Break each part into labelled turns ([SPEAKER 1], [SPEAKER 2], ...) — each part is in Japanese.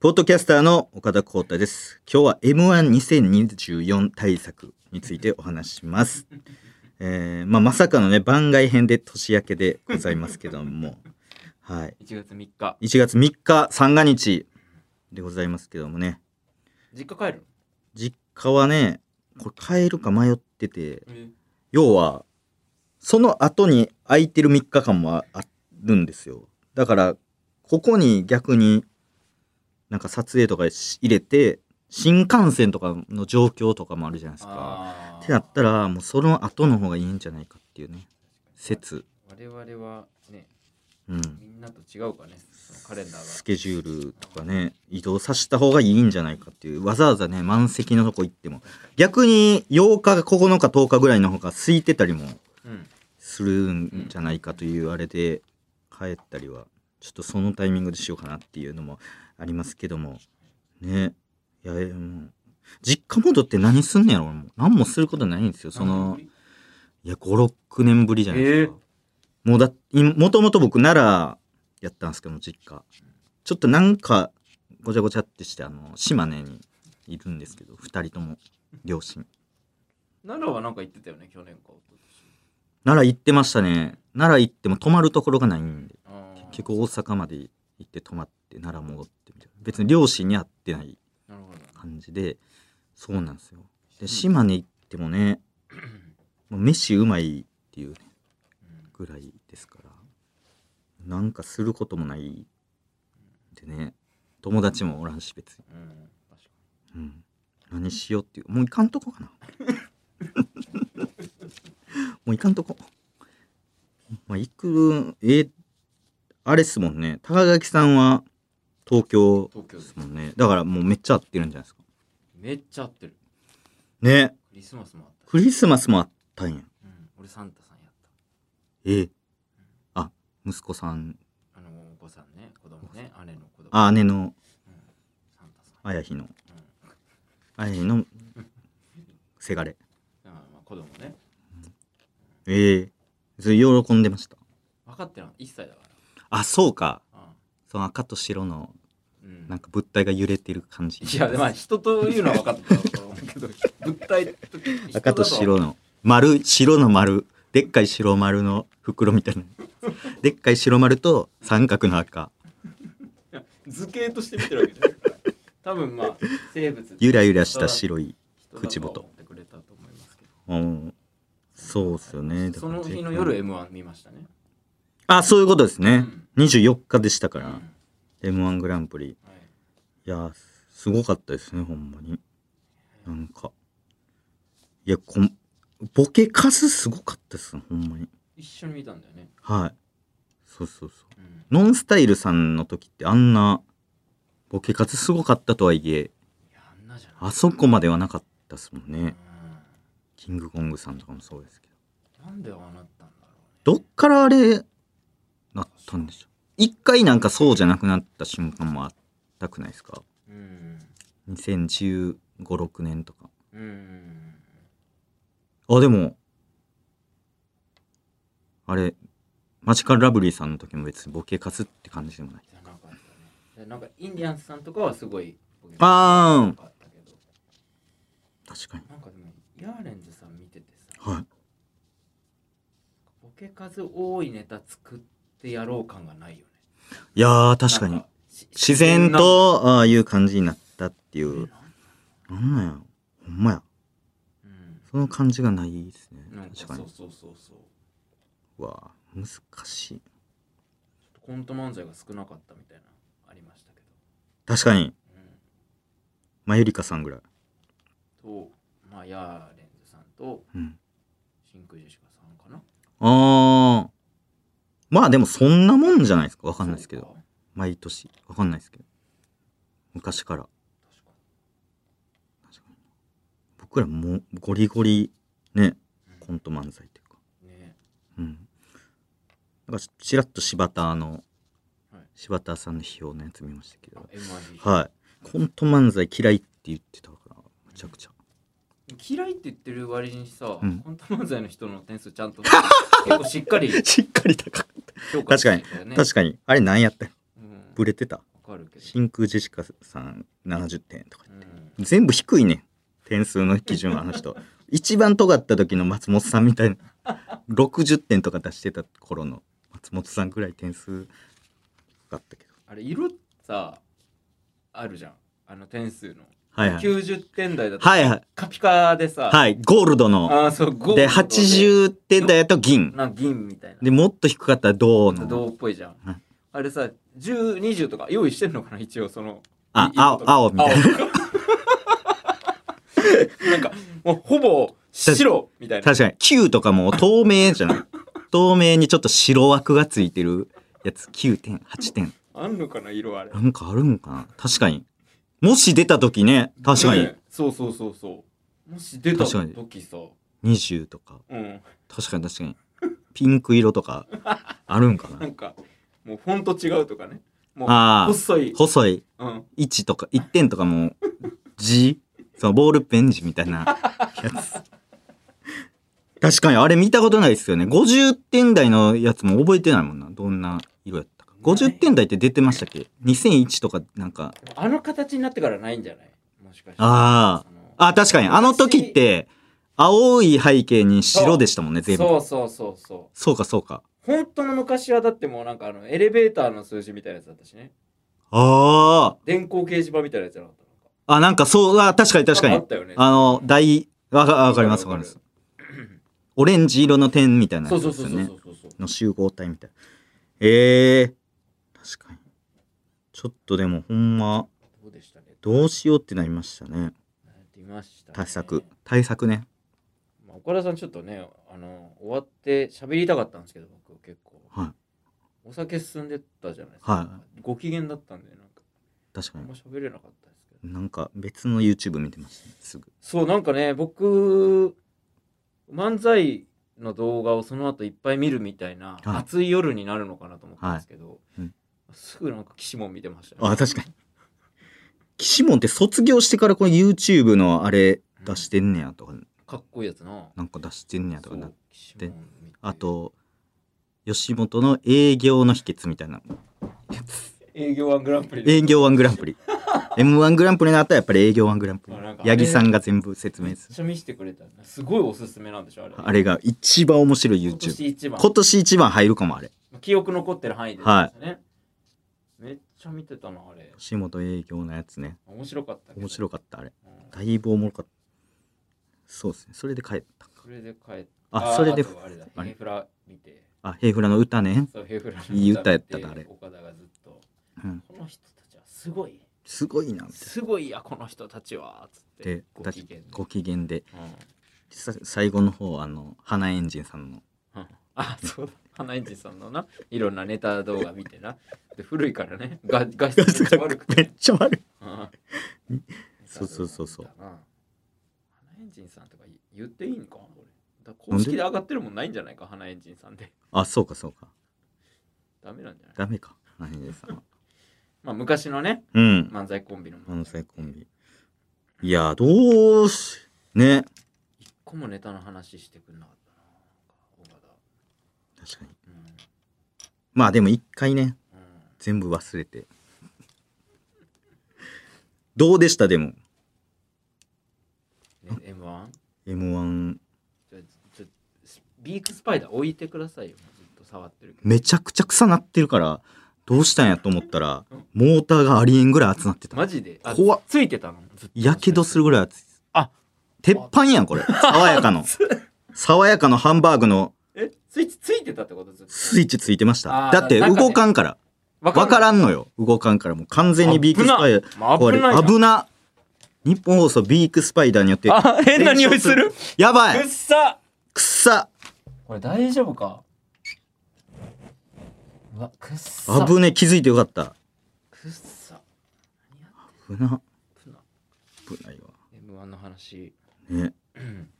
[SPEAKER 1] ポッドキャスターの岡田光太です。今日は M12024 対策についてお話しします。えーまあ、まさかのね、番外編で年明けでございますけども、はい。
[SPEAKER 2] 1月3日
[SPEAKER 1] 1月3日、三が日でございますけどもね、
[SPEAKER 2] 実家帰る
[SPEAKER 1] 実家はね、これ帰るか迷ってて、
[SPEAKER 2] の
[SPEAKER 1] 要は、その後に空いてる3日間もああるんですよ。だから、ここに逆に、なんか撮影とかし入れて、新幹線とかの状況とかもあるじゃないですか。
[SPEAKER 2] あー
[SPEAKER 1] ってなったら、もうその後の方がいいんじゃないかっていうね、説。
[SPEAKER 2] 我々はね
[SPEAKER 1] うん。
[SPEAKER 2] みんなと違うかねそのカレンダ
[SPEAKER 1] ス
[SPEAKER 2] ー
[SPEAKER 1] ケジュールとかね、移動させた方がいいんじゃないかっていう、わざわざね、満席のとこ行っても。逆に、8日、9日、10日ぐらいの方が空いてたりも
[SPEAKER 2] がうん
[SPEAKER 1] するんじゃないかというあれで帰ったりはちょっとそのタイミングでしようかなっていうのもありますけどもねいやえーもう実家戻って何すんねやろ俺も何もすることないんですよそのいや56年ぶりじゃないですか、もうだいもともと僕奈良やったんですけども実家ちょっとなんかごちゃごちゃってしてあの島根にいるんですけど2人とも両親
[SPEAKER 2] 奈良はなんか言ってたよね去年か
[SPEAKER 1] 奈良行ってましたね奈良行っても泊まるところがないんで結
[SPEAKER 2] 構
[SPEAKER 1] 局大阪まで行って泊まって奈良戻ってみたいな別に両親に会ってない
[SPEAKER 2] なるほど
[SPEAKER 1] 感じでそうなんですよで島根行ってもね もう飯うまいっていうね
[SPEAKER 2] うん
[SPEAKER 1] ぐらいですからなんかすることもないでね友達もおらんし別に、
[SPEAKER 2] うん確かに
[SPEAKER 1] うん、何しようっていうもう行かんとこかな もう行かんとこまあ行くえーあれっすもんね高垣さんは東京
[SPEAKER 2] 東京
[SPEAKER 1] で
[SPEAKER 2] ですす
[SPEAKER 1] もんねだからもうめっちゃ合ってるんじゃないですか
[SPEAKER 2] めっちゃ合ってる
[SPEAKER 1] ね
[SPEAKER 2] クリスマスもあったし
[SPEAKER 1] クリスマスもあったんや
[SPEAKER 2] うん俺サンタさんやった
[SPEAKER 1] えーあ息子さん
[SPEAKER 2] あのお子さんね子供ね姉の子供
[SPEAKER 1] あ姉の
[SPEAKER 2] うんサンタさん
[SPEAKER 1] 綾日の
[SPEAKER 2] うん
[SPEAKER 1] 綾日のせがれ
[SPEAKER 2] だからまあ子供ね
[SPEAKER 1] えー、それ喜んでました
[SPEAKER 2] 分かってなかった1歳だか
[SPEAKER 1] あそうからその赤と白の
[SPEAKER 2] うんうん
[SPEAKER 1] なんか物体が揺れてる感じ
[SPEAKER 2] いや、まあ、人というのは分かったと思うけど、物体と
[SPEAKER 1] 赤と白の丸白の丸でっかい白丸の袋みたいなでっかい白丸と三角の赤
[SPEAKER 2] 図形として見てるわけじゃない多分まあ、生物。
[SPEAKER 1] ゆらゆらした白い
[SPEAKER 2] 人だ
[SPEAKER 1] 口元
[SPEAKER 2] 思ってくれたと思いますけど。
[SPEAKER 1] うんそうっすよね
[SPEAKER 2] その日の夜 M1 見ましたね。
[SPEAKER 1] あそういうことですね24日でしたか
[SPEAKER 2] うんは
[SPEAKER 1] ら m 1グランプリ
[SPEAKER 2] い
[SPEAKER 1] いやーすごかったですねほんまになんかいやこんボケ数すごかったですねほんまに
[SPEAKER 2] 一緒に見たんだよね。
[SPEAKER 1] はいそうそうそう
[SPEAKER 2] うん
[SPEAKER 1] ノンスタイルさんの時ってあんなボケ数すごかったとはいえ
[SPEAKER 2] いや、あんなじゃない。
[SPEAKER 1] あそこまではなかったっすもん
[SPEAKER 2] う
[SPEAKER 1] ね
[SPEAKER 2] ん。
[SPEAKER 1] キングコングさんとかもそうですけ
[SPEAKER 2] なんでああなったんだろうね。
[SPEAKER 1] ど。どっからあれ、なったんでしょう。一回なんかそうじゃなくなった瞬間もあったくないですか
[SPEAKER 2] うん。
[SPEAKER 1] ?2015、6年とか。
[SPEAKER 2] うん。
[SPEAKER 1] あ、でも、あれ、マジカルラブリーさんの時も別にボケかすって感じでもない。
[SPEAKER 2] じゃなかったねで。なんか、インディアンスさんとかはすごい。
[SPEAKER 1] あー
[SPEAKER 2] よかったけど
[SPEAKER 1] 確かに。
[SPEAKER 2] なんかでも、ヤーレンズさん見ててさ。
[SPEAKER 1] はい。
[SPEAKER 2] ボケ数多いネタ作ってやろう感がないよね。
[SPEAKER 1] いやー、確か
[SPEAKER 2] な
[SPEAKER 1] に
[SPEAKER 2] ん。し
[SPEAKER 1] 自然。と、ああいう感じになったってい
[SPEAKER 2] 自然
[SPEAKER 1] う。
[SPEAKER 2] な
[SPEAKER 1] なんなんやろ。ほんまや。
[SPEAKER 2] うん
[SPEAKER 1] その感じがないですね。
[SPEAKER 2] なんか
[SPEAKER 1] 確かに
[SPEAKER 2] そう。そうそうそう。
[SPEAKER 1] うわあ難しい
[SPEAKER 2] ちょっとコント漫才が少なかったみたいな、ありましたけど。
[SPEAKER 1] 確かに
[SPEAKER 2] うん
[SPEAKER 1] マユリカさんぐらい、
[SPEAKER 2] と、まあ、ヤーレンズさんと、
[SPEAKER 1] うん、
[SPEAKER 2] 真空ジェシカさんかな。
[SPEAKER 1] あーまあでもそんなもんじゃないですかわかんないですけ
[SPEAKER 2] そう
[SPEAKER 1] ど
[SPEAKER 2] か。
[SPEAKER 1] 毎年わかんないですけど昔から
[SPEAKER 2] 確か
[SPEAKER 1] 確かに僕らもうゴリゴリね
[SPEAKER 2] に
[SPEAKER 1] コント漫才というか
[SPEAKER 2] うんね
[SPEAKER 1] うんだからちらっと柴田の、
[SPEAKER 2] はい
[SPEAKER 1] 柴田さんの批評のやつ見ましたけど
[SPEAKER 2] MIB
[SPEAKER 1] はいコント漫才嫌いって言ってたからめちゃくちゃ
[SPEAKER 2] 嫌いって言ってる割にさ、
[SPEAKER 1] うん
[SPEAKER 2] コント漫才の人の点数ちゃんと結構しっかり
[SPEAKER 1] しっかり高かった
[SPEAKER 2] 評価してたよね。
[SPEAKER 1] 確かにあれ何やったん
[SPEAKER 2] うん
[SPEAKER 1] ブレてた
[SPEAKER 2] わかるけど、
[SPEAKER 1] 真空ジェシカさん70点とか
[SPEAKER 2] うん、
[SPEAKER 1] 全部低いねん点数の基準はあの人一番尖った時の松本さんみたいな60点とか出してた頃の松本さんぐらい点数だったけど
[SPEAKER 2] あれ色さあるじゃんあの点数の、
[SPEAKER 1] はいはい
[SPEAKER 2] 90点台だと
[SPEAKER 1] はいはい、
[SPEAKER 2] カピカでさ、
[SPEAKER 1] はい、ゴールドの
[SPEAKER 2] ああそうゴールド
[SPEAKER 1] で80点台だと銀
[SPEAKER 2] なんか銀みたいな
[SPEAKER 1] でもっと低かったら銅
[SPEAKER 2] なんか
[SPEAKER 1] の
[SPEAKER 2] 銅っぽいじゃん、
[SPEAKER 1] うん
[SPEAKER 2] あれさ1020とか用意してんのかな一応その
[SPEAKER 1] あ
[SPEAKER 2] いい
[SPEAKER 1] 青青みたいな
[SPEAKER 2] 青とか なんかもうほぼ白みたい な
[SPEAKER 1] 確かに9とかもう透明じゃない 透明にちょっと白枠がついてるやつ9点8点
[SPEAKER 2] あんのかな色あれ
[SPEAKER 1] なんかあるんかな確かにもし出た時ね確かに
[SPEAKER 2] ねそうそうそうそうもし出た
[SPEAKER 1] 確かに
[SPEAKER 2] 時さ
[SPEAKER 1] 20とか
[SPEAKER 2] うん
[SPEAKER 1] 確かに確かにピンク色とかあるんか
[SPEAKER 2] な
[SPEAKER 1] なん
[SPEAKER 2] か もうフォント違うとかねもう
[SPEAKER 1] ああ
[SPEAKER 2] 細い、
[SPEAKER 1] 細い
[SPEAKER 2] うん、
[SPEAKER 1] 1とか1点とかも字そのボールペン字みたいなやつ確かにあれ見たことないですよね50点台のやつも覚えてないもんなどんな色やったか50点台って出てましたっけ2001とかなんか
[SPEAKER 2] あの形になってからないんじゃないもしかして
[SPEAKER 1] あ
[SPEAKER 2] その
[SPEAKER 1] あ確かにあの時って青い背景に白でしたもんね全部
[SPEAKER 2] そうそうそうそう
[SPEAKER 1] そうかそうか
[SPEAKER 2] 本当の昔はだってもうなんかあのエレベーターの数字みたいなやつだったしね
[SPEAKER 1] あ
[SPEAKER 2] 電光掲示板みたいなやつじゃなかったのか
[SPEAKER 1] ああなんかそうあ確かに確か
[SPEAKER 2] あ
[SPEAKER 1] に
[SPEAKER 2] ったよね
[SPEAKER 1] あの大わかわかりますわかりますオレンジ色の点みたいな
[SPEAKER 2] そ
[SPEAKER 1] や
[SPEAKER 2] う
[SPEAKER 1] つ
[SPEAKER 2] そ
[SPEAKER 1] です
[SPEAKER 2] うそう
[SPEAKER 1] よ
[SPEAKER 2] そう
[SPEAKER 1] ね
[SPEAKER 2] そうそうそう
[SPEAKER 1] の集合体みたいな。ええ確かに。ちょっとでもほんま、
[SPEAKER 2] どうでしたね
[SPEAKER 1] どうしようってなりましたね。
[SPEAKER 2] やってみましたね
[SPEAKER 1] 対策。対策ね。
[SPEAKER 2] まあ、岡田さんちょっとねあの終わって喋りたかったんですけど僕結構
[SPEAKER 1] はい。
[SPEAKER 2] お酒進んでたじゃないですか、
[SPEAKER 1] は
[SPEAKER 2] ご機嫌だったんでなんか
[SPEAKER 1] 確か
[SPEAKER 2] あん
[SPEAKER 1] に
[SPEAKER 2] ま。喋れなかったですけど
[SPEAKER 1] なんか別の YouTube 見てましたね。すぐ。
[SPEAKER 2] そうなんかね僕漫才の動画をその後いっぱい見るみたいな、
[SPEAKER 1] はい
[SPEAKER 2] 暑い夜になるのかなと思ったんですけど、
[SPEAKER 1] うん
[SPEAKER 2] すぐなんか岸も見てましたね、
[SPEAKER 1] あ、確かに。岸本って卒業してからこの YouTube のあれ出してんねやとか、
[SPEAKER 2] かっこいいやつな
[SPEAKER 1] なんか出してんねやと
[SPEAKER 2] そ
[SPEAKER 1] かな
[SPEAKER 2] う。岸本見て
[SPEAKER 1] あと、吉本の営業の秘訣みたいな。
[SPEAKER 2] 営業ワングランプリで
[SPEAKER 1] 営業ワングラン プリ M1 グランプリの後はやっぱり営業ワングランプリ
[SPEAKER 2] あなんか
[SPEAKER 1] 八木さんが全部説明す
[SPEAKER 2] めっ
[SPEAKER 1] る
[SPEAKER 2] ちゃ見せてくれたよねすごいおすすめなんでしょあれ
[SPEAKER 1] あれが一番面白い
[SPEAKER 2] 今
[SPEAKER 1] YouTube
[SPEAKER 2] 年一番
[SPEAKER 1] 今年一番入るかもあれ
[SPEAKER 2] 記憶残ってる範囲で
[SPEAKER 1] は
[SPEAKER 2] ね、めっちゃ見てたなあれ
[SPEAKER 1] 吉本営業のやつね
[SPEAKER 2] 面白かったけど
[SPEAKER 1] 面白かったあれ
[SPEAKER 2] うん
[SPEAKER 1] だいぶおもろかったそうですねそれで帰った
[SPEAKER 2] それで帰って
[SPEAKER 1] あそれで
[SPEAKER 2] あとあれだ
[SPEAKER 1] あれ
[SPEAKER 2] ヘイフラ見て
[SPEAKER 1] あヘイフラの歌ね、
[SPEAKER 2] そうヘイフラの
[SPEAKER 1] いい歌やっ
[SPEAKER 2] 見
[SPEAKER 1] たなあれ
[SPEAKER 2] 岡田がずっと
[SPEAKER 1] うん、
[SPEAKER 2] この人たちはすごい
[SPEAKER 1] すごいなみたい
[SPEAKER 2] すごいやこの人たちはつって
[SPEAKER 1] で
[SPEAKER 2] ご機嫌で
[SPEAKER 1] ご機嫌で
[SPEAKER 2] うん
[SPEAKER 1] さ最後の方あの花エンジンさんの
[SPEAKER 2] うんあそうだ花市さんのないろんなネタ動画見てなで古いからねが画質
[SPEAKER 1] やつ
[SPEAKER 2] が
[SPEAKER 1] が
[SPEAKER 2] 悪く
[SPEAKER 1] め
[SPEAKER 2] て
[SPEAKER 1] っちゃ悪い
[SPEAKER 2] うん
[SPEAKER 1] そうそうそうそう
[SPEAKER 2] 花エンジンさんとか言っていいんか俺だから公式で上がってるもんないんじゃないか花エンジンさんで
[SPEAKER 1] あそうかそうか
[SPEAKER 2] ダメなんじゃない
[SPEAKER 1] ダメか花エンジンさんは
[SPEAKER 2] まあ昔のね
[SPEAKER 1] うん
[SPEAKER 2] 漫才コンビの
[SPEAKER 1] 漫才コンビ。いや、どうし、ね。
[SPEAKER 2] 一個もネタの話してくんなかったな岡
[SPEAKER 1] 確かに。
[SPEAKER 2] 田う
[SPEAKER 1] まあでも一回ね、
[SPEAKER 2] んうん
[SPEAKER 1] 全部忘れて。どうでしたでも。
[SPEAKER 2] ね M1
[SPEAKER 1] M1、
[SPEAKER 2] ちょちょビークスパイダー置いてくださいよずっと触ってるけど
[SPEAKER 1] めちゃくちゃ臭なってるから、どうしたんやと思ったら、モーターがありえんぐらい熱なってた。
[SPEAKER 2] マジであ
[SPEAKER 1] 怖っ
[SPEAKER 2] ついてたのずっと
[SPEAKER 1] やけどするぐらい熱いです。
[SPEAKER 2] あ
[SPEAKER 1] 鉄板やん、これ。爽や かの。爽やかのハンバーグの
[SPEAKER 2] えついついてたってことずっと
[SPEAKER 1] スイッチついてまし
[SPEAKER 2] あ
[SPEAKER 1] た。
[SPEAKER 2] ー
[SPEAKER 1] だって
[SPEAKER 2] なんかね
[SPEAKER 1] 動かんから。
[SPEAKER 2] わ
[SPEAKER 1] わから
[SPEAKER 2] ん
[SPEAKER 1] んのよ。動かんから。もう完全にビークスパイダー。
[SPEAKER 2] まあ
[SPEAKER 1] 壊
[SPEAKER 2] 危
[SPEAKER 1] れ
[SPEAKER 2] ない
[SPEAKER 1] る危な日本放送ビークスパイダーによって
[SPEAKER 2] あ変な匂いする
[SPEAKER 1] やば
[SPEAKER 2] く
[SPEAKER 1] い
[SPEAKER 2] っさ
[SPEAKER 1] くっさ
[SPEAKER 2] これ大丈夫かうわくっさ
[SPEAKER 1] 危ね気づいてよかった
[SPEAKER 2] くっさ何やっ
[SPEAKER 1] 危な
[SPEAKER 2] てんの
[SPEAKER 1] 危ないわ
[SPEAKER 2] M1 の話
[SPEAKER 1] ね
[SPEAKER 2] うん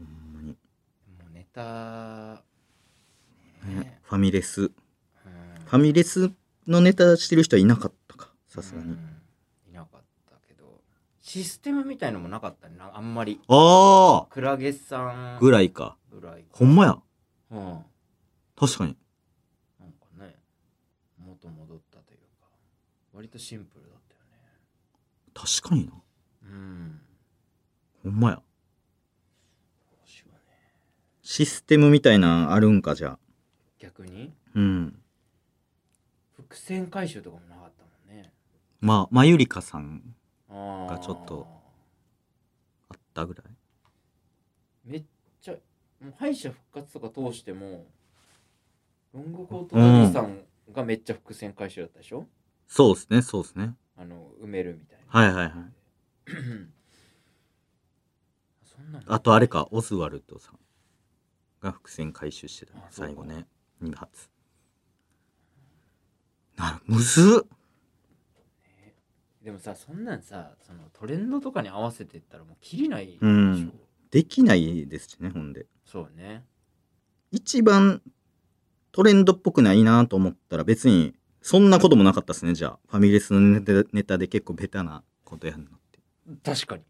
[SPEAKER 1] ほんまに、
[SPEAKER 2] もうネタ
[SPEAKER 1] ね
[SPEAKER 2] ね
[SPEAKER 1] ファミレスフ
[SPEAKER 2] うん
[SPEAKER 1] ァミレスのネタしてる人はいなかったかさすが
[SPEAKER 2] う
[SPEAKER 1] に
[SPEAKER 2] んいなかったけどシステムみたいのもなかったねなあんまり
[SPEAKER 1] あ
[SPEAKER 2] クラゲさん
[SPEAKER 1] ーぐ
[SPEAKER 2] ぐら
[SPEAKER 1] らいか
[SPEAKER 2] い
[SPEAKER 1] ほんまや
[SPEAKER 2] うん
[SPEAKER 1] 確かに
[SPEAKER 2] なんかね元戻ったというか割とシンプルだったよね
[SPEAKER 1] 確かにな
[SPEAKER 2] うん
[SPEAKER 1] ほんまや
[SPEAKER 2] 星はね
[SPEAKER 1] システムみたいなんあるんかじゃあ
[SPEAKER 2] 逆に
[SPEAKER 1] うん
[SPEAKER 2] 伏線回収とかもなかったもんね
[SPEAKER 1] まあまゆりかさん
[SPEAKER 2] あー
[SPEAKER 1] がちょっとあったぐらい
[SPEAKER 2] めっちゃもう敗者復活とか通してもロングコート
[SPEAKER 1] うん
[SPEAKER 2] ダディさんがめっちゃ伏線回収だったでしょ、
[SPEAKER 1] そうですねそうですね
[SPEAKER 2] あの埋めるみたいな
[SPEAKER 1] はいはいはい
[SPEAKER 2] そんなの
[SPEAKER 1] あとあれかオズワルドさんが伏線回収してた
[SPEAKER 2] あそう
[SPEAKER 1] 最
[SPEAKER 2] か
[SPEAKER 1] 後ね2発なるむずっ
[SPEAKER 2] でもさそんなんさそのトレンドとかに合わせてったらもう切りないでしょ、
[SPEAKER 1] うんできないですしねほんで
[SPEAKER 2] そうね
[SPEAKER 1] 一番トレンドっぽくないなと思ったら別にそんなこともなかったですねじゃあファミレスのネタネタで結構ベタなことやるのって
[SPEAKER 2] 確かに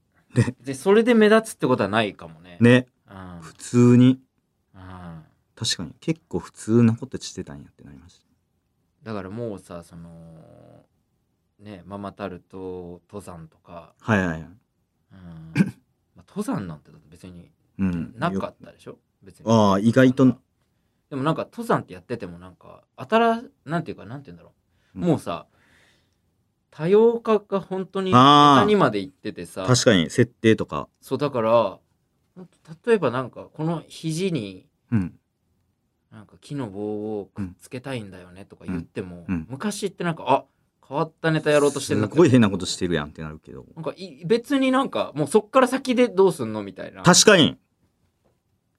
[SPEAKER 2] でそれで目立つってことはないかもね
[SPEAKER 1] ね
[SPEAKER 2] うん
[SPEAKER 1] 普通に
[SPEAKER 2] うん
[SPEAKER 1] 確かに結構普通なことしてたんやってなりまし
[SPEAKER 2] だからもうさそのねママタルト登山とか、
[SPEAKER 1] たはいはいはい
[SPEAKER 2] うんまあ、登山なんてだって別に
[SPEAKER 1] うん
[SPEAKER 2] なかっ
[SPEAKER 1] よ
[SPEAKER 2] たでしょ別に
[SPEAKER 1] ああ意外とな
[SPEAKER 2] でもなんか登山ってやっててもなんか新なんていうかなんていうんだろう、
[SPEAKER 1] うん
[SPEAKER 2] もうさ多様化が本当に
[SPEAKER 1] あー
[SPEAKER 2] 下にまで行っててさ
[SPEAKER 1] 確かに設定とか
[SPEAKER 2] そうだからほんと例えばなんかこの肘に
[SPEAKER 1] うん
[SPEAKER 2] なんか木の棒をくっつけたいんだよねとか言っても、
[SPEAKER 1] うんうん
[SPEAKER 2] 昔ってなんかあ変わったネタやろうとしてるな
[SPEAKER 1] す
[SPEAKER 2] って
[SPEAKER 1] ごい変なことしてるやんってなるけど
[SPEAKER 2] なんかい別になんかもうそっから先でどうすんのみたいな
[SPEAKER 1] 確かに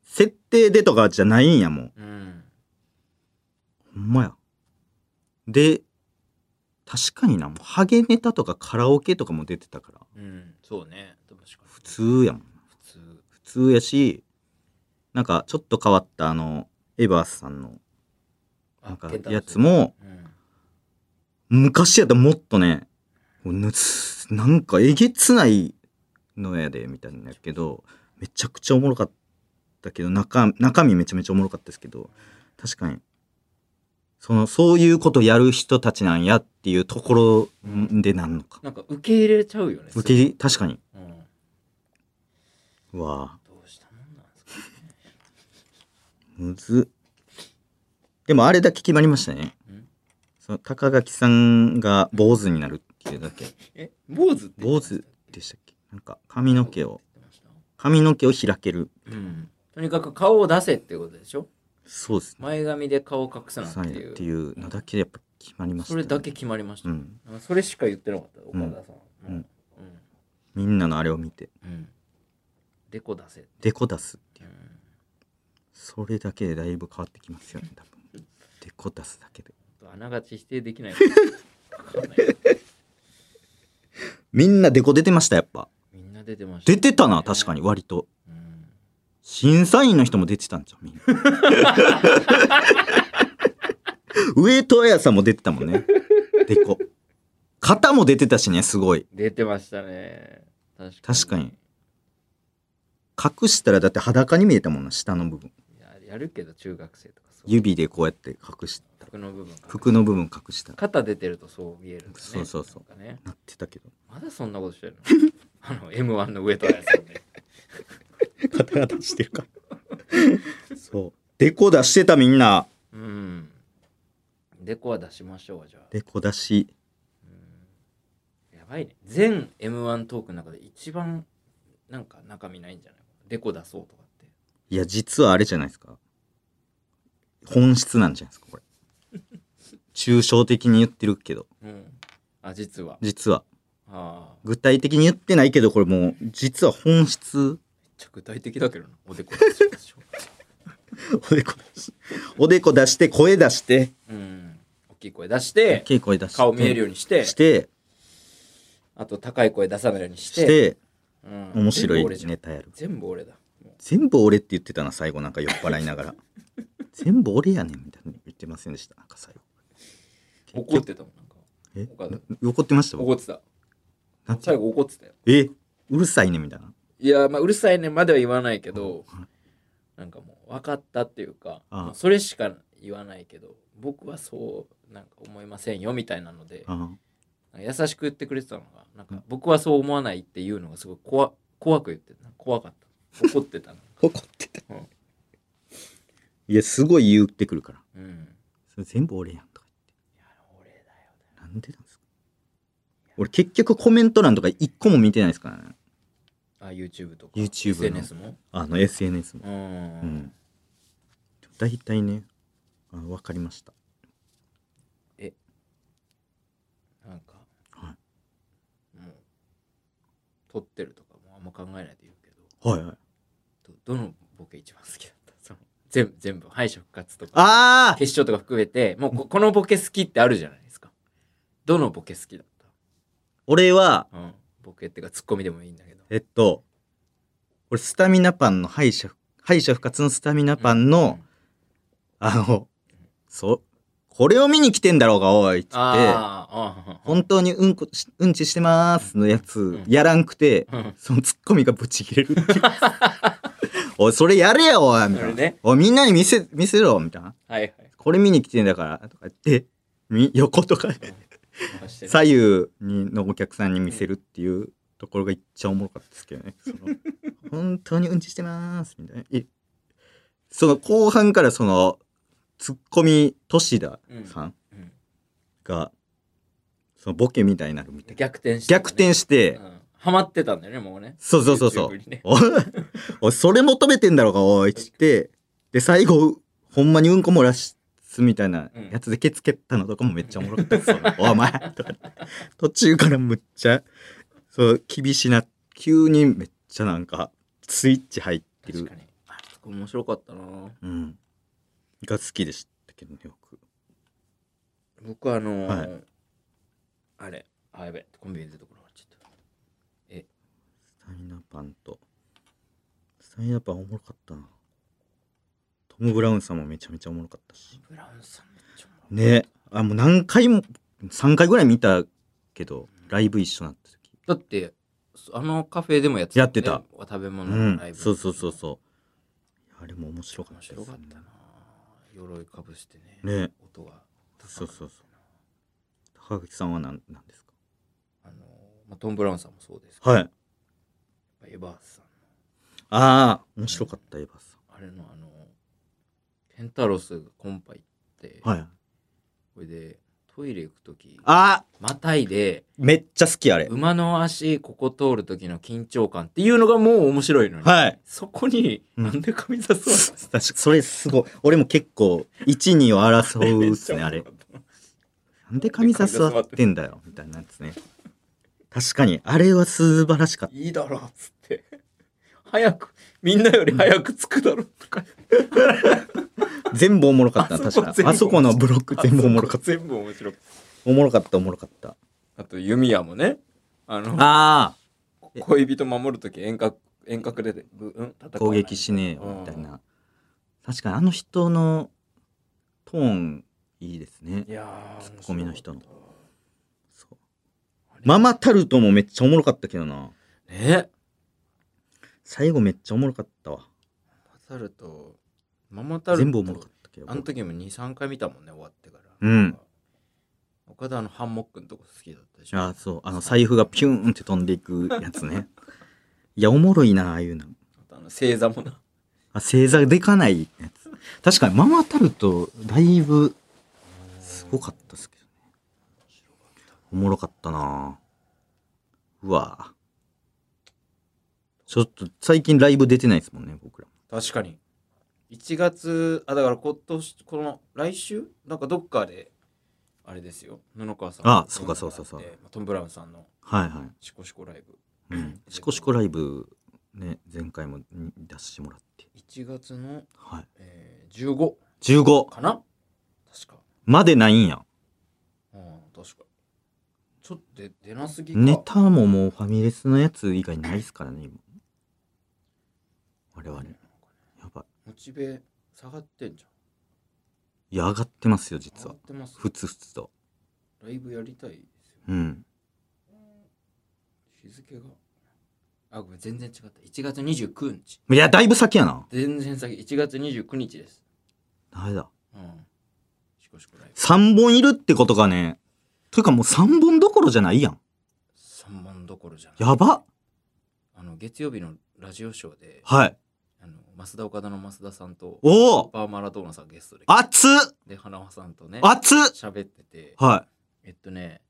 [SPEAKER 1] 設定でとかじゃないんやもん
[SPEAKER 2] うん
[SPEAKER 1] ほんまや。で、確かにな、もうハゲネタとかカラオケとかも出てたから、
[SPEAKER 2] うんそうね確かに
[SPEAKER 1] 普通やもん。
[SPEAKER 2] 普通
[SPEAKER 1] 普通やし、なんかちょっと変わったあの、エバースさんのなんかやつ、も、
[SPEAKER 2] あケンタロウうん
[SPEAKER 1] 昔やったらもっとね、もうぬつなんかえげつないのやで、みたいなんやけど、めちゃくちゃおもろかったけど、中、中身めちゃめちゃおもろかったですけど、確かに、その、そういうことやる人たちなんやっていうところんでなんのか。
[SPEAKER 2] なんか受け入れちゃうよね
[SPEAKER 1] 受け入れ確かに
[SPEAKER 2] れ、うん、
[SPEAKER 1] うわあ
[SPEAKER 2] どうしたもんなんですかね
[SPEAKER 1] むずっでもあれだけ決まりましたね
[SPEAKER 2] ん
[SPEAKER 1] その高垣さんが坊主になるっていうだけ
[SPEAKER 2] え坊主って
[SPEAKER 1] 坊主でしたっけなんか髪の毛を髪の毛を開ける
[SPEAKER 2] うんとにかく顔を出せってことでしょ
[SPEAKER 1] そうですね
[SPEAKER 2] 前髪で顔を隠すな
[SPEAKER 1] さ
[SPEAKER 2] っ
[SPEAKER 1] ん
[SPEAKER 2] て
[SPEAKER 1] や
[SPEAKER 2] いう
[SPEAKER 1] っていうのだけやっぱ決まりました
[SPEAKER 2] そ
[SPEAKER 1] ね、
[SPEAKER 2] れだけ決まりました、
[SPEAKER 1] うん
[SPEAKER 2] あそれしか言ってなかった岡田さん、
[SPEAKER 1] うん
[SPEAKER 2] うん
[SPEAKER 1] みんなのあれを見て
[SPEAKER 2] うんでこ出せって
[SPEAKER 1] デコ出すって
[SPEAKER 2] い
[SPEAKER 1] いううそれだけでだいぶ変わってきますよね多分デコ出すだけで
[SPEAKER 2] あながち否定できないからわかんない
[SPEAKER 1] みんなデコ出てましたやっぱ
[SPEAKER 2] みんな出てました、
[SPEAKER 1] 出てたな確かに、割と
[SPEAKER 2] うん、
[SPEAKER 1] 審査員の人も出てたんじゃん みんな上戸彩さんも出てたもんねでこ肩も出てたしねすごい
[SPEAKER 2] 出てましたね確かに
[SPEAKER 1] 確かに隠したらだって裸に見えたもんな下の部分
[SPEAKER 2] いややるけど中学生とかそう
[SPEAKER 1] 指でこうやって隠した
[SPEAKER 2] 服の部分
[SPEAKER 1] 服の部分隠したら
[SPEAKER 2] 肩出てるとそう見えるんだね
[SPEAKER 1] そうそうそう
[SPEAKER 2] なんかね
[SPEAKER 1] なってたけど
[SPEAKER 2] まだそんなことしてるの あの M1 の上戸彩さんで
[SPEAKER 1] 肩が出してるから そうデコ出してたみんな
[SPEAKER 2] うんデコは出しましょうじゃあ
[SPEAKER 1] デコ出し
[SPEAKER 2] うんやばいね全 M1 トークの中で一番なんか中身ないんじゃないデコ出そうとかって
[SPEAKER 1] いや実はあれじゃないですか本質なんじゃないですかこれ抽象的に言ってるけど
[SPEAKER 2] うんあ実は
[SPEAKER 1] 実は
[SPEAKER 2] ああ
[SPEAKER 1] 具体的に言ってないけどこれもう実は本質
[SPEAKER 2] めっちゃ具体的だけどなおでこ出そうでしょ
[SPEAKER 1] おでこ出しおでこ出して声出して
[SPEAKER 2] うん大きい声出して
[SPEAKER 1] 大きい声出して
[SPEAKER 2] 顔見えるようにして
[SPEAKER 1] して
[SPEAKER 2] あと高い声出さないように
[SPEAKER 1] し
[SPEAKER 2] し
[SPEAKER 1] て
[SPEAKER 2] てうん、
[SPEAKER 1] 面白
[SPEAKER 2] 全部
[SPEAKER 1] い
[SPEAKER 2] 俺じゃん
[SPEAKER 1] ネタやる
[SPEAKER 2] 全部俺だも
[SPEAKER 1] 全部俺って言ってたな最後なんか酔っ払いながら全部俺やねんみたいな言ってませんでしたなんか最後
[SPEAKER 2] う怒ってたもんなんか
[SPEAKER 1] え
[SPEAKER 2] 岡田
[SPEAKER 1] 怒ってました
[SPEAKER 2] 怒
[SPEAKER 1] 僕
[SPEAKER 2] ってた
[SPEAKER 1] なんて
[SPEAKER 2] 最後怒ってたよ
[SPEAKER 1] えうるさいねみたいない
[SPEAKER 2] やまあうるさいねまでは言わないけど、なんかもう分かったっていうか
[SPEAKER 1] ああ
[SPEAKER 2] もうそれしか言わないけど僕はそうなんか思いませんよみたいなので
[SPEAKER 1] あ
[SPEAKER 2] なんか優しく言ってくれてたのがなんか僕はそう思わないっていうのがすごい怖怖く言ってた怖かった怒って たの、
[SPEAKER 1] 怒ってた
[SPEAKER 2] うん
[SPEAKER 1] いやすごい言ってくるから
[SPEAKER 2] うん、
[SPEAKER 1] それ全部俺やんとか
[SPEAKER 2] いや俺だよ
[SPEAKER 1] 言ってなんでなんですか俺結局コメント欄とか一個も見てないですからね
[SPEAKER 2] あ YouTube とか
[SPEAKER 1] YouTube の
[SPEAKER 2] SNS も
[SPEAKER 1] あの SNS も
[SPEAKER 2] う
[SPEAKER 1] うんん大体ねあ分かりました
[SPEAKER 2] なんか、
[SPEAKER 1] は
[SPEAKER 2] もう撮ってるとかもあんま考えないで言うけ
[SPEAKER 1] はいはい
[SPEAKER 2] どどどのボケ一番好きだった その全部全部敗者復活とか
[SPEAKER 1] ああ
[SPEAKER 2] 決勝とか含めてもうここのボケ好きってあるじゃないですかどのボケ好きだっ
[SPEAKER 1] 俺は
[SPEAKER 2] た、うん、ボケっていうかツッコミでもいいんだけど
[SPEAKER 1] えっと俺スタミナパンの敗者敗者復活のスタミナパンの、あのそこれを見に来てんだろうがおいっつって
[SPEAKER 2] あーあー
[SPEAKER 1] 本当にうんこしうんちしてまーすのやつやらんくて、
[SPEAKER 2] うん
[SPEAKER 1] そのツッコミがブチ切れるって いうおいそれやれよおいみたいな、
[SPEAKER 2] それね
[SPEAKER 1] おいみんなに見せ見せろみたいな
[SPEAKER 2] はいはい
[SPEAKER 1] これ見に来てんだからとか言ってみ横とか
[SPEAKER 2] 回してる
[SPEAKER 1] 左右にのお客さんに見せるっていうところがいっちゃおもろかったですけど ねその本当にうんちしてまーすみたいないその後半からそのツッコミシ田さん
[SPEAKER 2] うん
[SPEAKER 1] がそのボケみたいになるみたいな
[SPEAKER 2] 逆転して、
[SPEAKER 1] 逆転して、
[SPEAKER 2] うん、ハマってたんだよねもうね
[SPEAKER 1] そうそうそうそう
[SPEAKER 2] YouTube にね
[SPEAKER 1] おいおいそれ求めてんだろうがおいっつってで最後ほんまにうんこ漏らすみたいなやつでケツ蹴ったのとかもめっちゃおもろかったですよ、 お前とか途中からむっちゃそう厳しな急にめっちゃなんかスイッチ入って
[SPEAKER 2] 確
[SPEAKER 1] る
[SPEAKER 2] か、にあそこ面白かったな
[SPEAKER 1] うん、が好きでしたけどねよく
[SPEAKER 2] 僕はあのー
[SPEAKER 1] はい
[SPEAKER 2] あれあやべコンビニで出てこなかったちょっと
[SPEAKER 1] スタミナパンとスタミナパンおもろかったなトム・ブラウンさんもめちゃめちゃおもろかったし
[SPEAKER 2] ブラウンさんめっちゃおもろい
[SPEAKER 1] ねあもう何回も3回ぐらい見たけどライブ一緒になった時
[SPEAKER 2] だってそあのカフェでもやって
[SPEAKER 1] やってた
[SPEAKER 2] 食べ
[SPEAKER 1] う
[SPEAKER 2] 物のライ
[SPEAKER 1] ん
[SPEAKER 2] ブ、
[SPEAKER 1] そうそうそうそうあれも面白か
[SPEAKER 2] 面
[SPEAKER 1] った
[SPEAKER 2] 白かったな鎧かぶしてね
[SPEAKER 1] ね
[SPEAKER 2] 音が
[SPEAKER 1] そうそうそう高垣さんは何何ですか
[SPEAKER 2] あのーまあ、トム・ブラウンさんもそうですけど、
[SPEAKER 1] はい
[SPEAKER 2] エヴァースさん
[SPEAKER 1] ああ面白かったエヴァさ
[SPEAKER 2] あれのあのーケンタロスがコンパ行って、
[SPEAKER 1] んはい
[SPEAKER 2] これでトイレ行く時
[SPEAKER 1] あ
[SPEAKER 2] またいで
[SPEAKER 1] めっちゃ好きあれ
[SPEAKER 2] 馬の足ここ通る時の緊張感っていうのがもう面白いのに、
[SPEAKER 1] はい
[SPEAKER 2] そこに
[SPEAKER 1] うん
[SPEAKER 2] なんで神座座る
[SPEAKER 1] 確かそれすごい俺も結構12を争うっ すねあれなんで神座座ってんだよみたいなやつね確かにあれは素晴らしかった
[SPEAKER 2] いいだろうっつって早くみんなより早く着くだろうとか
[SPEAKER 1] 全部おもろかったな
[SPEAKER 2] あそ
[SPEAKER 1] 確
[SPEAKER 2] こ
[SPEAKER 1] か
[SPEAKER 2] 全部
[SPEAKER 1] あそこのブロック 全部おもろかった
[SPEAKER 2] 全部面白かっ
[SPEAKER 1] おもろかったおもろかった
[SPEAKER 2] たあと弓矢もねあの
[SPEAKER 1] あ
[SPEAKER 2] 恋人守る時遠隔遠隔で、うん、戦わな
[SPEAKER 1] あ
[SPEAKER 2] い
[SPEAKER 1] 攻撃しねえよみたいな確かにあの人のトーンいいですね
[SPEAKER 2] いやー
[SPEAKER 1] ツッコミの人の
[SPEAKER 2] 面白かっ
[SPEAKER 1] そうママタルトもめっちゃおもろかったけどな
[SPEAKER 2] たね
[SPEAKER 1] 最後めっちゃおもろかったわ
[SPEAKER 2] ママタルトママタルト
[SPEAKER 1] 全部おもろかったけど
[SPEAKER 2] あの時も23回見たもんね終わってから
[SPEAKER 1] うん
[SPEAKER 2] 岡田あのハンモックのとこ好きだったでしょ
[SPEAKER 1] ああそうあの財布がピューンって飛んでいくやつ ねいやおもろいなああいうの
[SPEAKER 2] あとあの星座もな
[SPEAKER 1] あ正座でかないやつ確かにママタルトだいぶすごかったですけどね。おもろかったなぁうわぁちょっと最近ライブ出てないですもんね、僕ら。
[SPEAKER 2] 確かに1月あだから今年この来週なんかどっかであれですよ布川さん
[SPEAKER 1] あそうかそうそうそう
[SPEAKER 2] まあトム・ブラウンさんの
[SPEAKER 1] はいは
[SPEAKER 2] シコシコライブ
[SPEAKER 1] い。うん。シコシコライブ、ね、前回もに出してもらって。
[SPEAKER 2] 1月の、
[SPEAKER 1] はい。
[SPEAKER 2] えー、15
[SPEAKER 1] 15
[SPEAKER 2] かな確か
[SPEAKER 1] までないんや。
[SPEAKER 2] うん確かちょっと出出なすぎか
[SPEAKER 1] ネタももうファミレスのやつ以外ないですからね、今。我々。やば
[SPEAKER 2] モチベ下がってんじゃ
[SPEAKER 1] い。いや、上がってますよ、
[SPEAKER 2] ん
[SPEAKER 1] 実
[SPEAKER 2] 上が
[SPEAKER 1] は
[SPEAKER 2] っ。てます
[SPEAKER 1] ふつふつと。
[SPEAKER 2] ライブやりたいですよ
[SPEAKER 1] うん。
[SPEAKER 2] 日付があごめん全然違った1月29日
[SPEAKER 1] いや、だいぶ先やな。
[SPEAKER 2] 全然先1月29日です
[SPEAKER 1] 誰だ。
[SPEAKER 2] うんシコシコライブ
[SPEAKER 1] 3本いるってことがねというかもう3本どころじゃないやん。
[SPEAKER 2] 3万どころじゃない
[SPEAKER 1] やば
[SPEAKER 2] あの月曜日のラジオショーで
[SPEAKER 1] はい。
[SPEAKER 2] あの増田岡田の増田さんと
[SPEAKER 1] おお
[SPEAKER 2] パーマラドーナさんゲストで
[SPEAKER 1] 熱っ
[SPEAKER 2] で花輪さんとね
[SPEAKER 1] 熱っ
[SPEAKER 2] 喋ってて
[SPEAKER 1] は
[SPEAKER 2] えっとね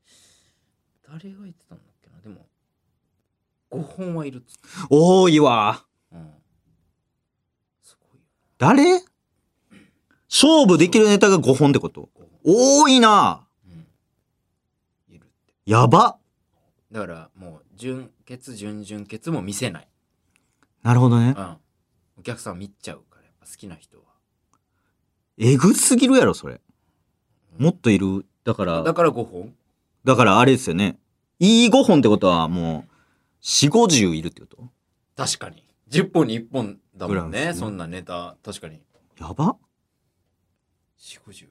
[SPEAKER 2] 誰が言ってたんだっけなでも5本はいるっつって
[SPEAKER 1] い。多いわ。
[SPEAKER 2] うんすごいよ
[SPEAKER 1] 誰勝負できるネタが5本ってこと
[SPEAKER 2] 5本
[SPEAKER 1] 多いな
[SPEAKER 2] うんいるって
[SPEAKER 1] やば
[SPEAKER 2] だからもう準決準々決も見せない、
[SPEAKER 1] なるほどね
[SPEAKER 2] う。ん、お客さん見ちゃうからやっぱ好きな人は
[SPEAKER 1] えぐすぎるやろ、それ。もっといる。だから、
[SPEAKER 2] だから5本
[SPEAKER 1] だからあれですよね。いい5本ってことはもう、4、50いるってこと
[SPEAKER 2] 確かに10本に1本だもん
[SPEAKER 1] ぐらい
[SPEAKER 2] ね
[SPEAKER 1] ですね
[SPEAKER 2] そんなネタ確かに
[SPEAKER 1] やば
[SPEAKER 2] 450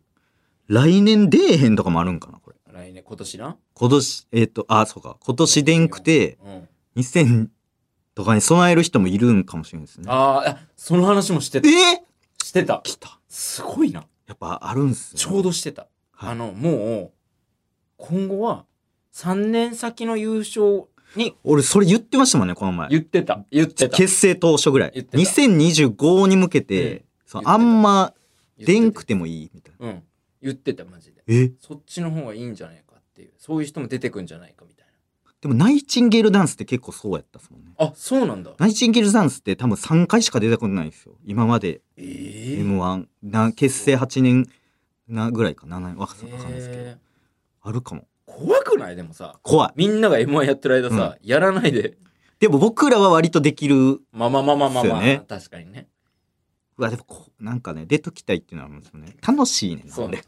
[SPEAKER 1] 来年出えへんとかもあるんかな、これ。
[SPEAKER 2] 来年今年な
[SPEAKER 1] 今年、えっ、と、あ、そうか。今年でんくて、
[SPEAKER 2] うん
[SPEAKER 1] 2000とかに備える人もいるんかもしれないですね。
[SPEAKER 2] あーあその話もして
[SPEAKER 1] え
[SPEAKER 2] た
[SPEAKER 1] ー、
[SPEAKER 2] してた
[SPEAKER 1] 来た。
[SPEAKER 2] すごいな
[SPEAKER 1] やっぱあるんすね。
[SPEAKER 2] ちょう。どしてた、
[SPEAKER 1] はい
[SPEAKER 2] あのもう今後は3年先の優勝に
[SPEAKER 1] 俺、それ言ってましたもんね、この前。
[SPEAKER 2] 言ってた言ってた
[SPEAKER 1] 結成当初ぐらい
[SPEAKER 2] 言ってた
[SPEAKER 1] 2025に向けて、
[SPEAKER 2] うん
[SPEAKER 1] そ
[SPEAKER 2] 言
[SPEAKER 1] の
[SPEAKER 2] ってた
[SPEAKER 1] あんま
[SPEAKER 2] 言って
[SPEAKER 1] で
[SPEAKER 2] た
[SPEAKER 1] んくてもいいみたいな
[SPEAKER 2] うん言ってたマジで
[SPEAKER 1] え
[SPEAKER 2] そっちの方がいいんじゃないかっていうそういう人も出てくんじゃないかみたい
[SPEAKER 1] でもナイチンゲールダンスって結構そうやったっすもんね
[SPEAKER 2] なあそうなんだ
[SPEAKER 1] ナイチンゲールダンスって多分3回しか出たことないんですよ今まで
[SPEAKER 2] ええ
[SPEAKER 1] m 1な結成8年なぐらいか7年わかんないですけど、
[SPEAKER 2] えー
[SPEAKER 1] あるかも
[SPEAKER 2] 怖くないでもさ
[SPEAKER 1] 怖い
[SPEAKER 2] みんなが m 1やってる間さ、やらないで
[SPEAKER 1] でも僕らは割とできる
[SPEAKER 2] まあまあまあまあまあ、まあ
[SPEAKER 1] そうよね
[SPEAKER 2] 確かにね
[SPEAKER 1] うわでもこうなんかね出ときたいっていうのはあるんですよね楽しいねんな
[SPEAKER 2] そう
[SPEAKER 1] 俺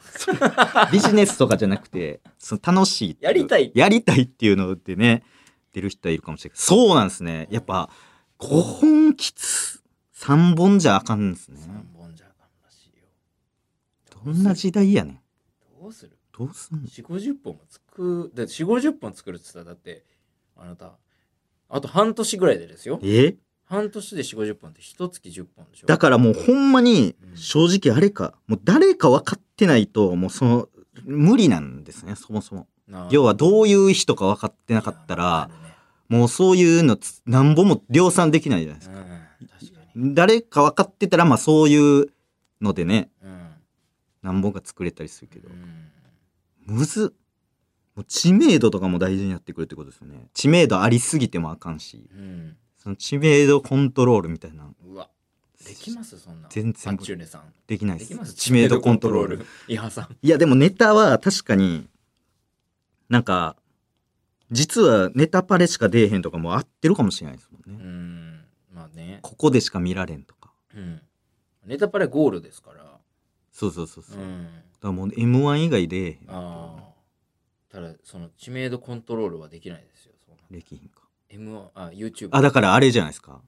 [SPEAKER 1] ビジネスとかじゃなくて その楽しいってう
[SPEAKER 2] やりたい
[SPEAKER 1] やりたいっていうのでね出る人はいるかもしれないそうなんですねやっぱ5本きつ3本じゃあかんんですね
[SPEAKER 2] 3本じゃあかんらしいよ
[SPEAKER 1] どんな時代やねん
[SPEAKER 2] どうする
[SPEAKER 1] どうすんの
[SPEAKER 2] 4 5 0本も作るだって4 5 0本作るって言ったらだってあなたあと半年ぐらいでですよ
[SPEAKER 1] え
[SPEAKER 2] 半年で4 5 0本って一月10本でしょ
[SPEAKER 1] だからもうほんまに正直あれかもう誰か分かってないともうその無理なんですねそもそも
[SPEAKER 2] なあ
[SPEAKER 1] 要はどういう人か分かってなかったらもうそういうのつなんぼも量産できないじゃないです
[SPEAKER 2] う
[SPEAKER 1] か。
[SPEAKER 2] ん確かに
[SPEAKER 1] 誰か分かってたら、まあそういうのでね、
[SPEAKER 2] うん
[SPEAKER 1] 何本か作れたりするけど
[SPEAKER 2] う。ん
[SPEAKER 1] むずっもう知名度とかも大事になってくるってことですよね。知名度ありすぎてもあかんし、
[SPEAKER 2] うん
[SPEAKER 1] その知名度コントロールみたいなの
[SPEAKER 2] うわできますそんな
[SPEAKER 1] 全然
[SPEAKER 2] パッチュネさん
[SPEAKER 1] できない
[SPEAKER 2] で
[SPEAKER 1] で
[SPEAKER 2] きます
[SPEAKER 1] す。知名度コントロー
[SPEAKER 2] 知名
[SPEAKER 1] ル
[SPEAKER 2] 度。コント伊波さん
[SPEAKER 1] いや、でもネタは確かに、なんか、実はネタパレしか出えへんとかも合ってるかもしれないですもん
[SPEAKER 2] う
[SPEAKER 1] ね。
[SPEAKER 2] んまあね
[SPEAKER 1] ここでしか見られんとか。
[SPEAKER 2] うんネタパレゴールですから
[SPEAKER 1] そうそうそうそうう。だか
[SPEAKER 2] ん
[SPEAKER 1] らもう M1 以外出えへん。
[SPEAKER 2] ああただその知名度コントロールはできないですよそんな
[SPEAKER 1] できひんか。
[SPEAKER 2] M1 あ YouTube
[SPEAKER 1] あ、だからあれじゃないですか。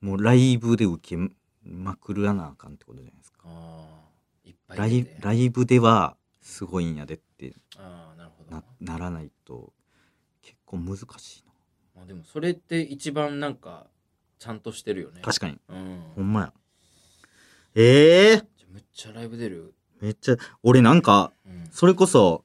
[SPEAKER 2] 何
[SPEAKER 1] もうライブで受けまくらなあかんってことじゃないですか。
[SPEAKER 2] ああいっぱ
[SPEAKER 1] ラ
[SPEAKER 2] い出
[SPEAKER 1] イ
[SPEAKER 2] て
[SPEAKER 1] ライブではすごいんやでって
[SPEAKER 2] ああなるほど
[SPEAKER 1] なならないと結構難しい
[SPEAKER 2] まあでもそれって一番なんかちゃんとしてるよね
[SPEAKER 1] な。確かに。
[SPEAKER 2] うん
[SPEAKER 1] ほんまや。ええ
[SPEAKER 2] じゃあめっちゃライブ出る
[SPEAKER 1] めっちゃ、俺なんか、
[SPEAKER 2] うん
[SPEAKER 1] それこそ、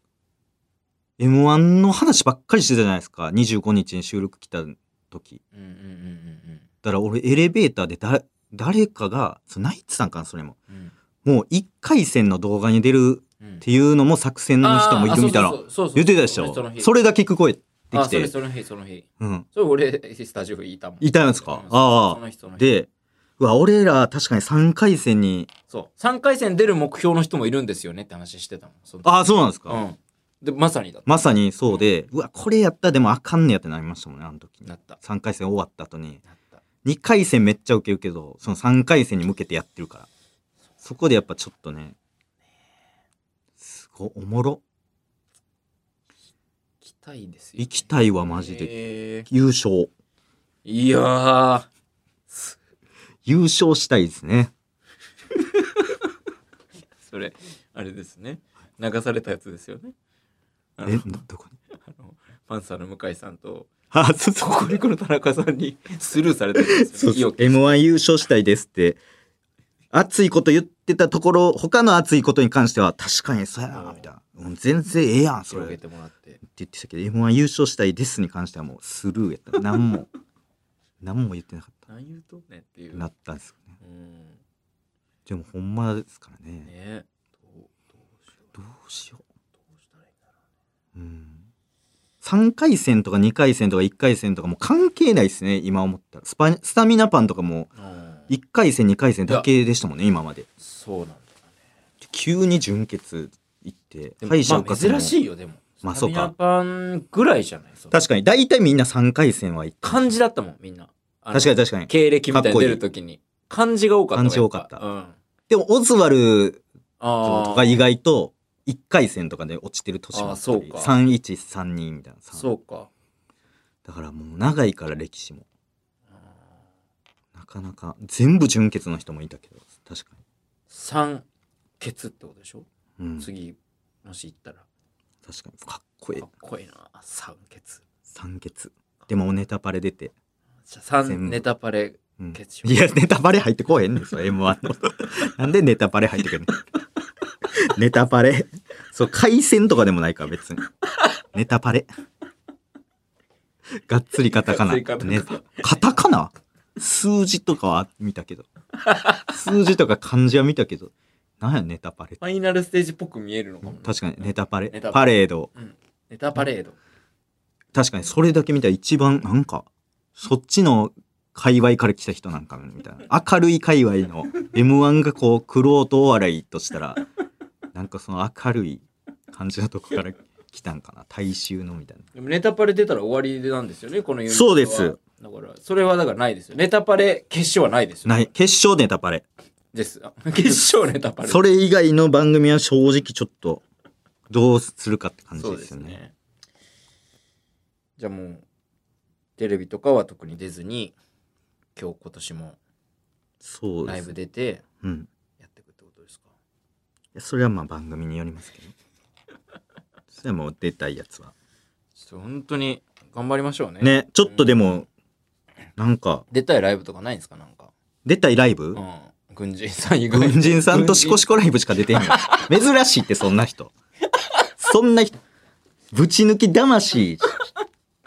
[SPEAKER 1] M1 の話ばっかりしてたじゃないですか。25日に収録来た時。
[SPEAKER 2] うんうんうん
[SPEAKER 1] だから俺エレベーターでだ誰かが、そナイツさんかな、それも。
[SPEAKER 2] うんうん
[SPEAKER 1] もう1回戦の動画に出る
[SPEAKER 2] うん
[SPEAKER 1] っていうのも作戦の人もいるみたいな
[SPEAKER 2] あーあそうそうそうそう
[SPEAKER 1] 言ってたでしょ
[SPEAKER 2] その日
[SPEAKER 1] それだけ聞こえて
[SPEAKER 2] あ
[SPEAKER 1] き
[SPEAKER 2] それ
[SPEAKER 1] て
[SPEAKER 2] その日その日
[SPEAKER 1] うん
[SPEAKER 2] それ俺スタジオいたもん
[SPEAKER 1] いたんですか
[SPEAKER 2] うん
[SPEAKER 1] ああ
[SPEAKER 2] その日その日
[SPEAKER 1] でうわ俺ら確かに3回戦に
[SPEAKER 2] そう3回戦出る目標の人もいるんですよねって話してたもんその時
[SPEAKER 1] ああそうなんですか、
[SPEAKER 2] うんでまさにだ
[SPEAKER 1] まさにそうでうわこれやったらでもあかんねやってなりましたもんねあの時
[SPEAKER 2] なった
[SPEAKER 1] 3回戦終わった後に
[SPEAKER 2] なった
[SPEAKER 1] 2回戦めっちゃウケるけどその3回戦に向けてやってるからそこでやっぱちょっとねすごいおもろ
[SPEAKER 2] 行きたいですよ
[SPEAKER 1] 行きたいわマジで
[SPEAKER 2] で
[SPEAKER 1] 優勝
[SPEAKER 2] いやー
[SPEAKER 1] 優勝したいですね
[SPEAKER 2] それあれですね流されたやつですよねあ
[SPEAKER 1] え
[SPEAKER 2] の
[SPEAKER 1] どどこに
[SPEAKER 2] パンサーの向井さんと
[SPEAKER 1] あそうそう
[SPEAKER 2] ココリ コの田中さんにスルーされたやつです
[SPEAKER 1] そ
[SPEAKER 2] よ
[SPEAKER 1] う
[SPEAKER 2] ね意
[SPEAKER 1] そう
[SPEAKER 2] を決
[SPEAKER 1] M1 優勝したいですって熱いこと言ってたところ他の熱いことに関しては確かにそうやなみたいな、うん全然ええやんそれ
[SPEAKER 2] 広
[SPEAKER 1] っ
[SPEAKER 2] げ
[SPEAKER 1] て
[SPEAKER 2] てもらって
[SPEAKER 1] 言ってたけど m 1優勝したいですに関してはもうスルーやった何も 何も言ってなかっ
[SPEAKER 2] 何言うとんねんってい
[SPEAKER 1] た
[SPEAKER 2] う
[SPEAKER 1] なったんですよね
[SPEAKER 2] うんね
[SPEAKER 1] でもほんまですからね
[SPEAKER 2] えどうどうしよう
[SPEAKER 1] どうしよ
[SPEAKER 2] どうしたらいいんだろ
[SPEAKER 1] う、うん、3回戦とか2回戦とか1回戦とかもう関係ないですね今思ったらスパスタミナパンとかも
[SPEAKER 2] ううん
[SPEAKER 1] 1回戦2回戦だけでしたもんね今まで
[SPEAKER 2] そうなんだよね
[SPEAKER 1] 急に準決行って
[SPEAKER 2] でも
[SPEAKER 1] 敗者復
[SPEAKER 2] まあ
[SPEAKER 1] 活も
[SPEAKER 2] 珍しいよでも
[SPEAKER 1] まあそうか
[SPEAKER 2] スタミナパンぐらいじゃない
[SPEAKER 1] 確かに大体みんな3回戦は行った
[SPEAKER 2] 漢字だったもんみんなあの
[SPEAKER 1] 確かに確かに
[SPEAKER 2] 経歴みたいに出るときに漢字が多かったわ
[SPEAKER 1] 漢字多かった
[SPEAKER 2] やぱうん
[SPEAKER 1] でもオズワルド
[SPEAKER 2] あ
[SPEAKER 1] と
[SPEAKER 2] あ
[SPEAKER 1] か意外と1回戦とかで落ちてる年もあ
[SPEAKER 2] あー
[SPEAKER 1] った
[SPEAKER 2] そ
[SPEAKER 1] り
[SPEAKER 2] うか
[SPEAKER 1] 3132みたいな
[SPEAKER 2] そうか
[SPEAKER 1] だからもう長いから歴史も
[SPEAKER 2] あー
[SPEAKER 1] なかなか全部準決の人もいたけど確か
[SPEAKER 2] 三決ってことでしょ、
[SPEAKER 1] に、うん、確
[SPEAKER 2] 次もし行ったら
[SPEAKER 1] かにかっこいい
[SPEAKER 2] かっこいいな三決
[SPEAKER 1] 三決でもネタパレ出て、
[SPEAKER 2] じゃあ三
[SPEAKER 1] 全部
[SPEAKER 2] ネタパレ
[SPEAKER 1] うん
[SPEAKER 2] 決勝
[SPEAKER 1] いやネタパレ入ってこうへんねんそれ m 1のなんでネタパレ入ってくるのネタパレそう回線とかでもないから別にネタパレがっつりカタカナ
[SPEAKER 2] がっつりカタカナ
[SPEAKER 1] ネタカタカナ数字とかは見たけど数字とか漢字は見たけどなんやネタパレ
[SPEAKER 2] ファイナルステージっぽく見えるのかもね、
[SPEAKER 1] 確かにネタパレ
[SPEAKER 2] ネタパ
[SPEAKER 1] パレード
[SPEAKER 2] ネタパレード
[SPEAKER 1] 確かにそれだけ見たら一番なんかそっちの界隈から来た人なんかなみたいな明るい界隈の m 1がこうくろうとお笑いとしたらなんかその明るい感じのとこから来たんかな大衆のみたいな
[SPEAKER 2] でもネタパレ出たら終わりなんですよねこのユニット
[SPEAKER 1] そ
[SPEAKER 2] は
[SPEAKER 1] うです
[SPEAKER 2] だからそれはだからないですよネタパレ決勝はないですよ
[SPEAKER 1] ない決勝ネタパレ
[SPEAKER 2] です あ決勝ネタパレ
[SPEAKER 1] それ以外の番組は正直ちょっとどうするかって感じ
[SPEAKER 2] そう
[SPEAKER 1] で
[SPEAKER 2] ですす
[SPEAKER 1] よね
[SPEAKER 2] ねじゃあもうテレビとかは特に出ずに今日今年も
[SPEAKER 1] そう
[SPEAKER 2] ラ
[SPEAKER 1] で
[SPEAKER 2] イ
[SPEAKER 1] す
[SPEAKER 2] ブ出て
[SPEAKER 1] うん
[SPEAKER 2] やっていくってことですか
[SPEAKER 1] いやそれはまあ番組によりますけどそれはもう出たいやつは
[SPEAKER 2] ちょっと本当に頑張りましょうね
[SPEAKER 1] ねちょっとでもなんか
[SPEAKER 2] 出たいライブとかないんですかなんか、
[SPEAKER 1] 出たいライブ、
[SPEAKER 2] うん、軍人さん以外
[SPEAKER 1] 軍人さんとシコシコライブしか出てへ んよ。珍しいって、そんな人。そんな人。ぶち抜き魂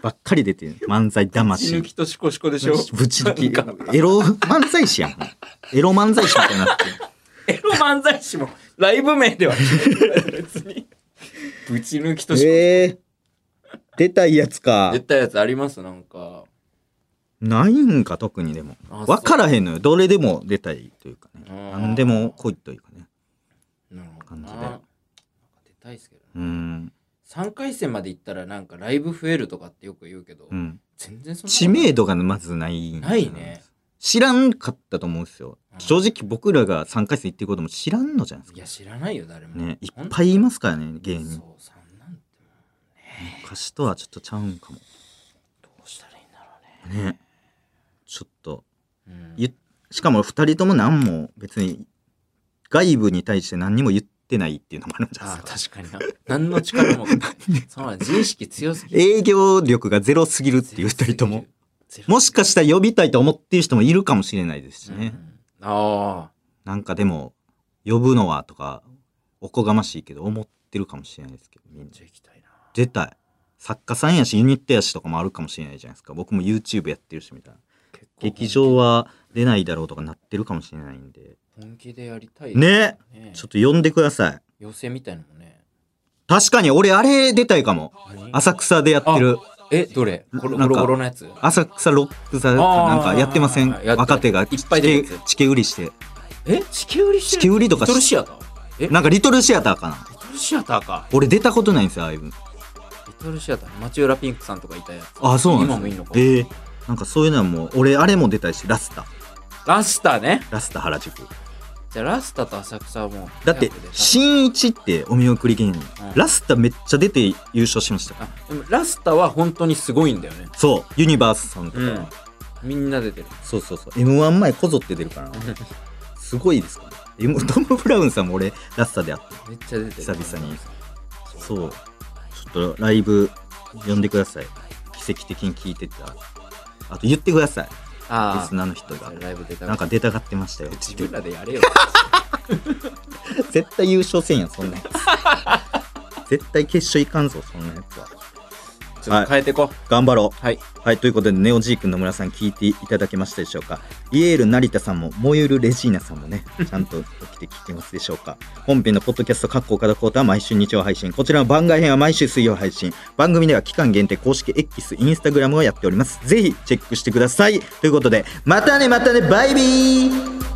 [SPEAKER 1] ばっかり出てる。漫才
[SPEAKER 2] 軍人
[SPEAKER 1] 魂。
[SPEAKER 2] 抜きとシコシコでしょ
[SPEAKER 1] ぶち抜
[SPEAKER 2] なんか
[SPEAKER 1] き。エロ漫才師やん。エロ漫才師みたいになってる。
[SPEAKER 2] エロ漫才師もライブ名では別にぶち抜きとし
[SPEAKER 1] えー出たいやつか
[SPEAKER 2] 出。たやつありますなんか
[SPEAKER 1] ないんか、特にでも。
[SPEAKER 2] あ
[SPEAKER 1] わからへんのよ。どれでも出たいというかね。
[SPEAKER 2] あー
[SPEAKER 1] なんでも来いというかね。
[SPEAKER 2] なるほど
[SPEAKER 1] 感じで
[SPEAKER 2] ななんか出たいですけどね
[SPEAKER 1] うん。
[SPEAKER 2] 3回戦まで行ったらなんかライブ増えるとかってよく言うけど、
[SPEAKER 1] うん。
[SPEAKER 2] 全然そんな
[SPEAKER 1] 知名度がまずないんだよ
[SPEAKER 2] ないね
[SPEAKER 1] 知らんかったと思うんですよ
[SPEAKER 2] うん
[SPEAKER 1] 正直僕らが3回戦行ってることも知らんのじゃない
[SPEAKER 2] い
[SPEAKER 1] で
[SPEAKER 2] や
[SPEAKER 1] す
[SPEAKER 2] 知らないよ
[SPEAKER 1] か
[SPEAKER 2] 誰も
[SPEAKER 1] ねいっ
[SPEAKER 2] ほんと
[SPEAKER 1] ぱいいますからね芸
[SPEAKER 2] そう
[SPEAKER 1] 人
[SPEAKER 2] そんなんても
[SPEAKER 1] 昔とはちょっとちゃうんかも
[SPEAKER 2] どうしたらいいんだろうね
[SPEAKER 1] ねちょっと
[SPEAKER 2] うん
[SPEAKER 1] 言っしかも2人とも何も別に外部に対して何にも言ってないっていうのもあるんじゃない
[SPEAKER 2] あ
[SPEAKER 1] ですか
[SPEAKER 2] ー確かにな何の力もそうなん自意識強すぎる
[SPEAKER 1] 営業力がゼロすぎるっていう2人とももしかしたら呼びたいと思ってる人もいるかもしれないですしね、
[SPEAKER 2] うんあ
[SPEAKER 1] なんかでも呼ぶのはとかおこがましいけど思ってるかもしれないですけどみん
[SPEAKER 2] あ
[SPEAKER 1] な
[SPEAKER 2] じゃあ行きたいな
[SPEAKER 1] 出たい作家さんやしユニットやしとかもあるかもしれないじゃないですか僕も YouTube やってるしみたいな
[SPEAKER 2] 結構
[SPEAKER 1] 劇場は出ないだろうとかなってるかもしれないんで
[SPEAKER 2] 本気でやりたい
[SPEAKER 1] ね
[SPEAKER 2] ね
[SPEAKER 1] ちょっと呼んでください
[SPEAKER 2] 寄せみたいのもね
[SPEAKER 1] 確かに俺あれ出たいかも浅草でやってる
[SPEAKER 2] えどれゴロ
[SPEAKER 1] なん
[SPEAKER 2] ゴ
[SPEAKER 1] か
[SPEAKER 2] ロゴロのやつ
[SPEAKER 1] 浅草ロック座なんかやってません
[SPEAKER 2] あーやってる
[SPEAKER 1] 若手が
[SPEAKER 2] いっぱい出るやつ
[SPEAKER 1] チケ売りして
[SPEAKER 2] え地球売りして
[SPEAKER 1] チ
[SPEAKER 2] る
[SPEAKER 1] ケ売りと
[SPEAKER 2] リ
[SPEAKER 1] か
[SPEAKER 2] トル
[SPEAKER 1] し
[SPEAKER 2] シアターえリ
[SPEAKER 1] なんかリトルシアターかな
[SPEAKER 2] トルシアターか
[SPEAKER 1] 俺出たことないんですよああいうの
[SPEAKER 2] リトルシアター町浦ピンクさんとかいたやつ
[SPEAKER 1] あそうなんです
[SPEAKER 2] 今もいいのか
[SPEAKER 1] ええなんかそういうのはもう俺あれも出たいしラスタ
[SPEAKER 2] ラスタね
[SPEAKER 1] ラスタ原宿
[SPEAKER 2] じゃあラスタと浅草はもう
[SPEAKER 1] だって
[SPEAKER 2] 早く出た
[SPEAKER 1] 新一ってお見送り芸人、
[SPEAKER 2] ん
[SPEAKER 1] ラスタめっちゃ出て優勝しました
[SPEAKER 2] あでもラスタは本当にすごいんだよね
[SPEAKER 1] そうユニバースさんとか、
[SPEAKER 2] うんみんな出てる
[SPEAKER 1] そうそうそう m 1前こぞって出るからすごいですから、M- トム・ ブラウンさんも俺ラスタであって
[SPEAKER 2] めっちゃ出てる
[SPEAKER 1] 久々にそうちょっとライブ呼んでください奇跡的に聞いてたあと言ってください
[SPEAKER 2] あー
[SPEAKER 1] リスナーの人が
[SPEAKER 2] ライブ出た
[SPEAKER 1] なんか出たがってましたよ
[SPEAKER 2] 自分らでやれよ
[SPEAKER 1] 絶対優勝せんやんそんなや つ絶対決勝いかんぞそんなやつは
[SPEAKER 2] ちょっと変えてこ
[SPEAKER 1] 頑張ろう
[SPEAKER 2] はい
[SPEAKER 1] はいということでネオジークの村さん聞いていただけましたでしょうかイエール成田さんもモユルレジーナさんもねちゃんと起きて聞けますでしょうか本編のポッドキャスト各校からコータは毎週日曜配信こちらの番外編は毎週水曜配信番組では期間限定公式 X インスタグラムをやっておりますぜひチェックしてくださいということでまたねまたねバイビー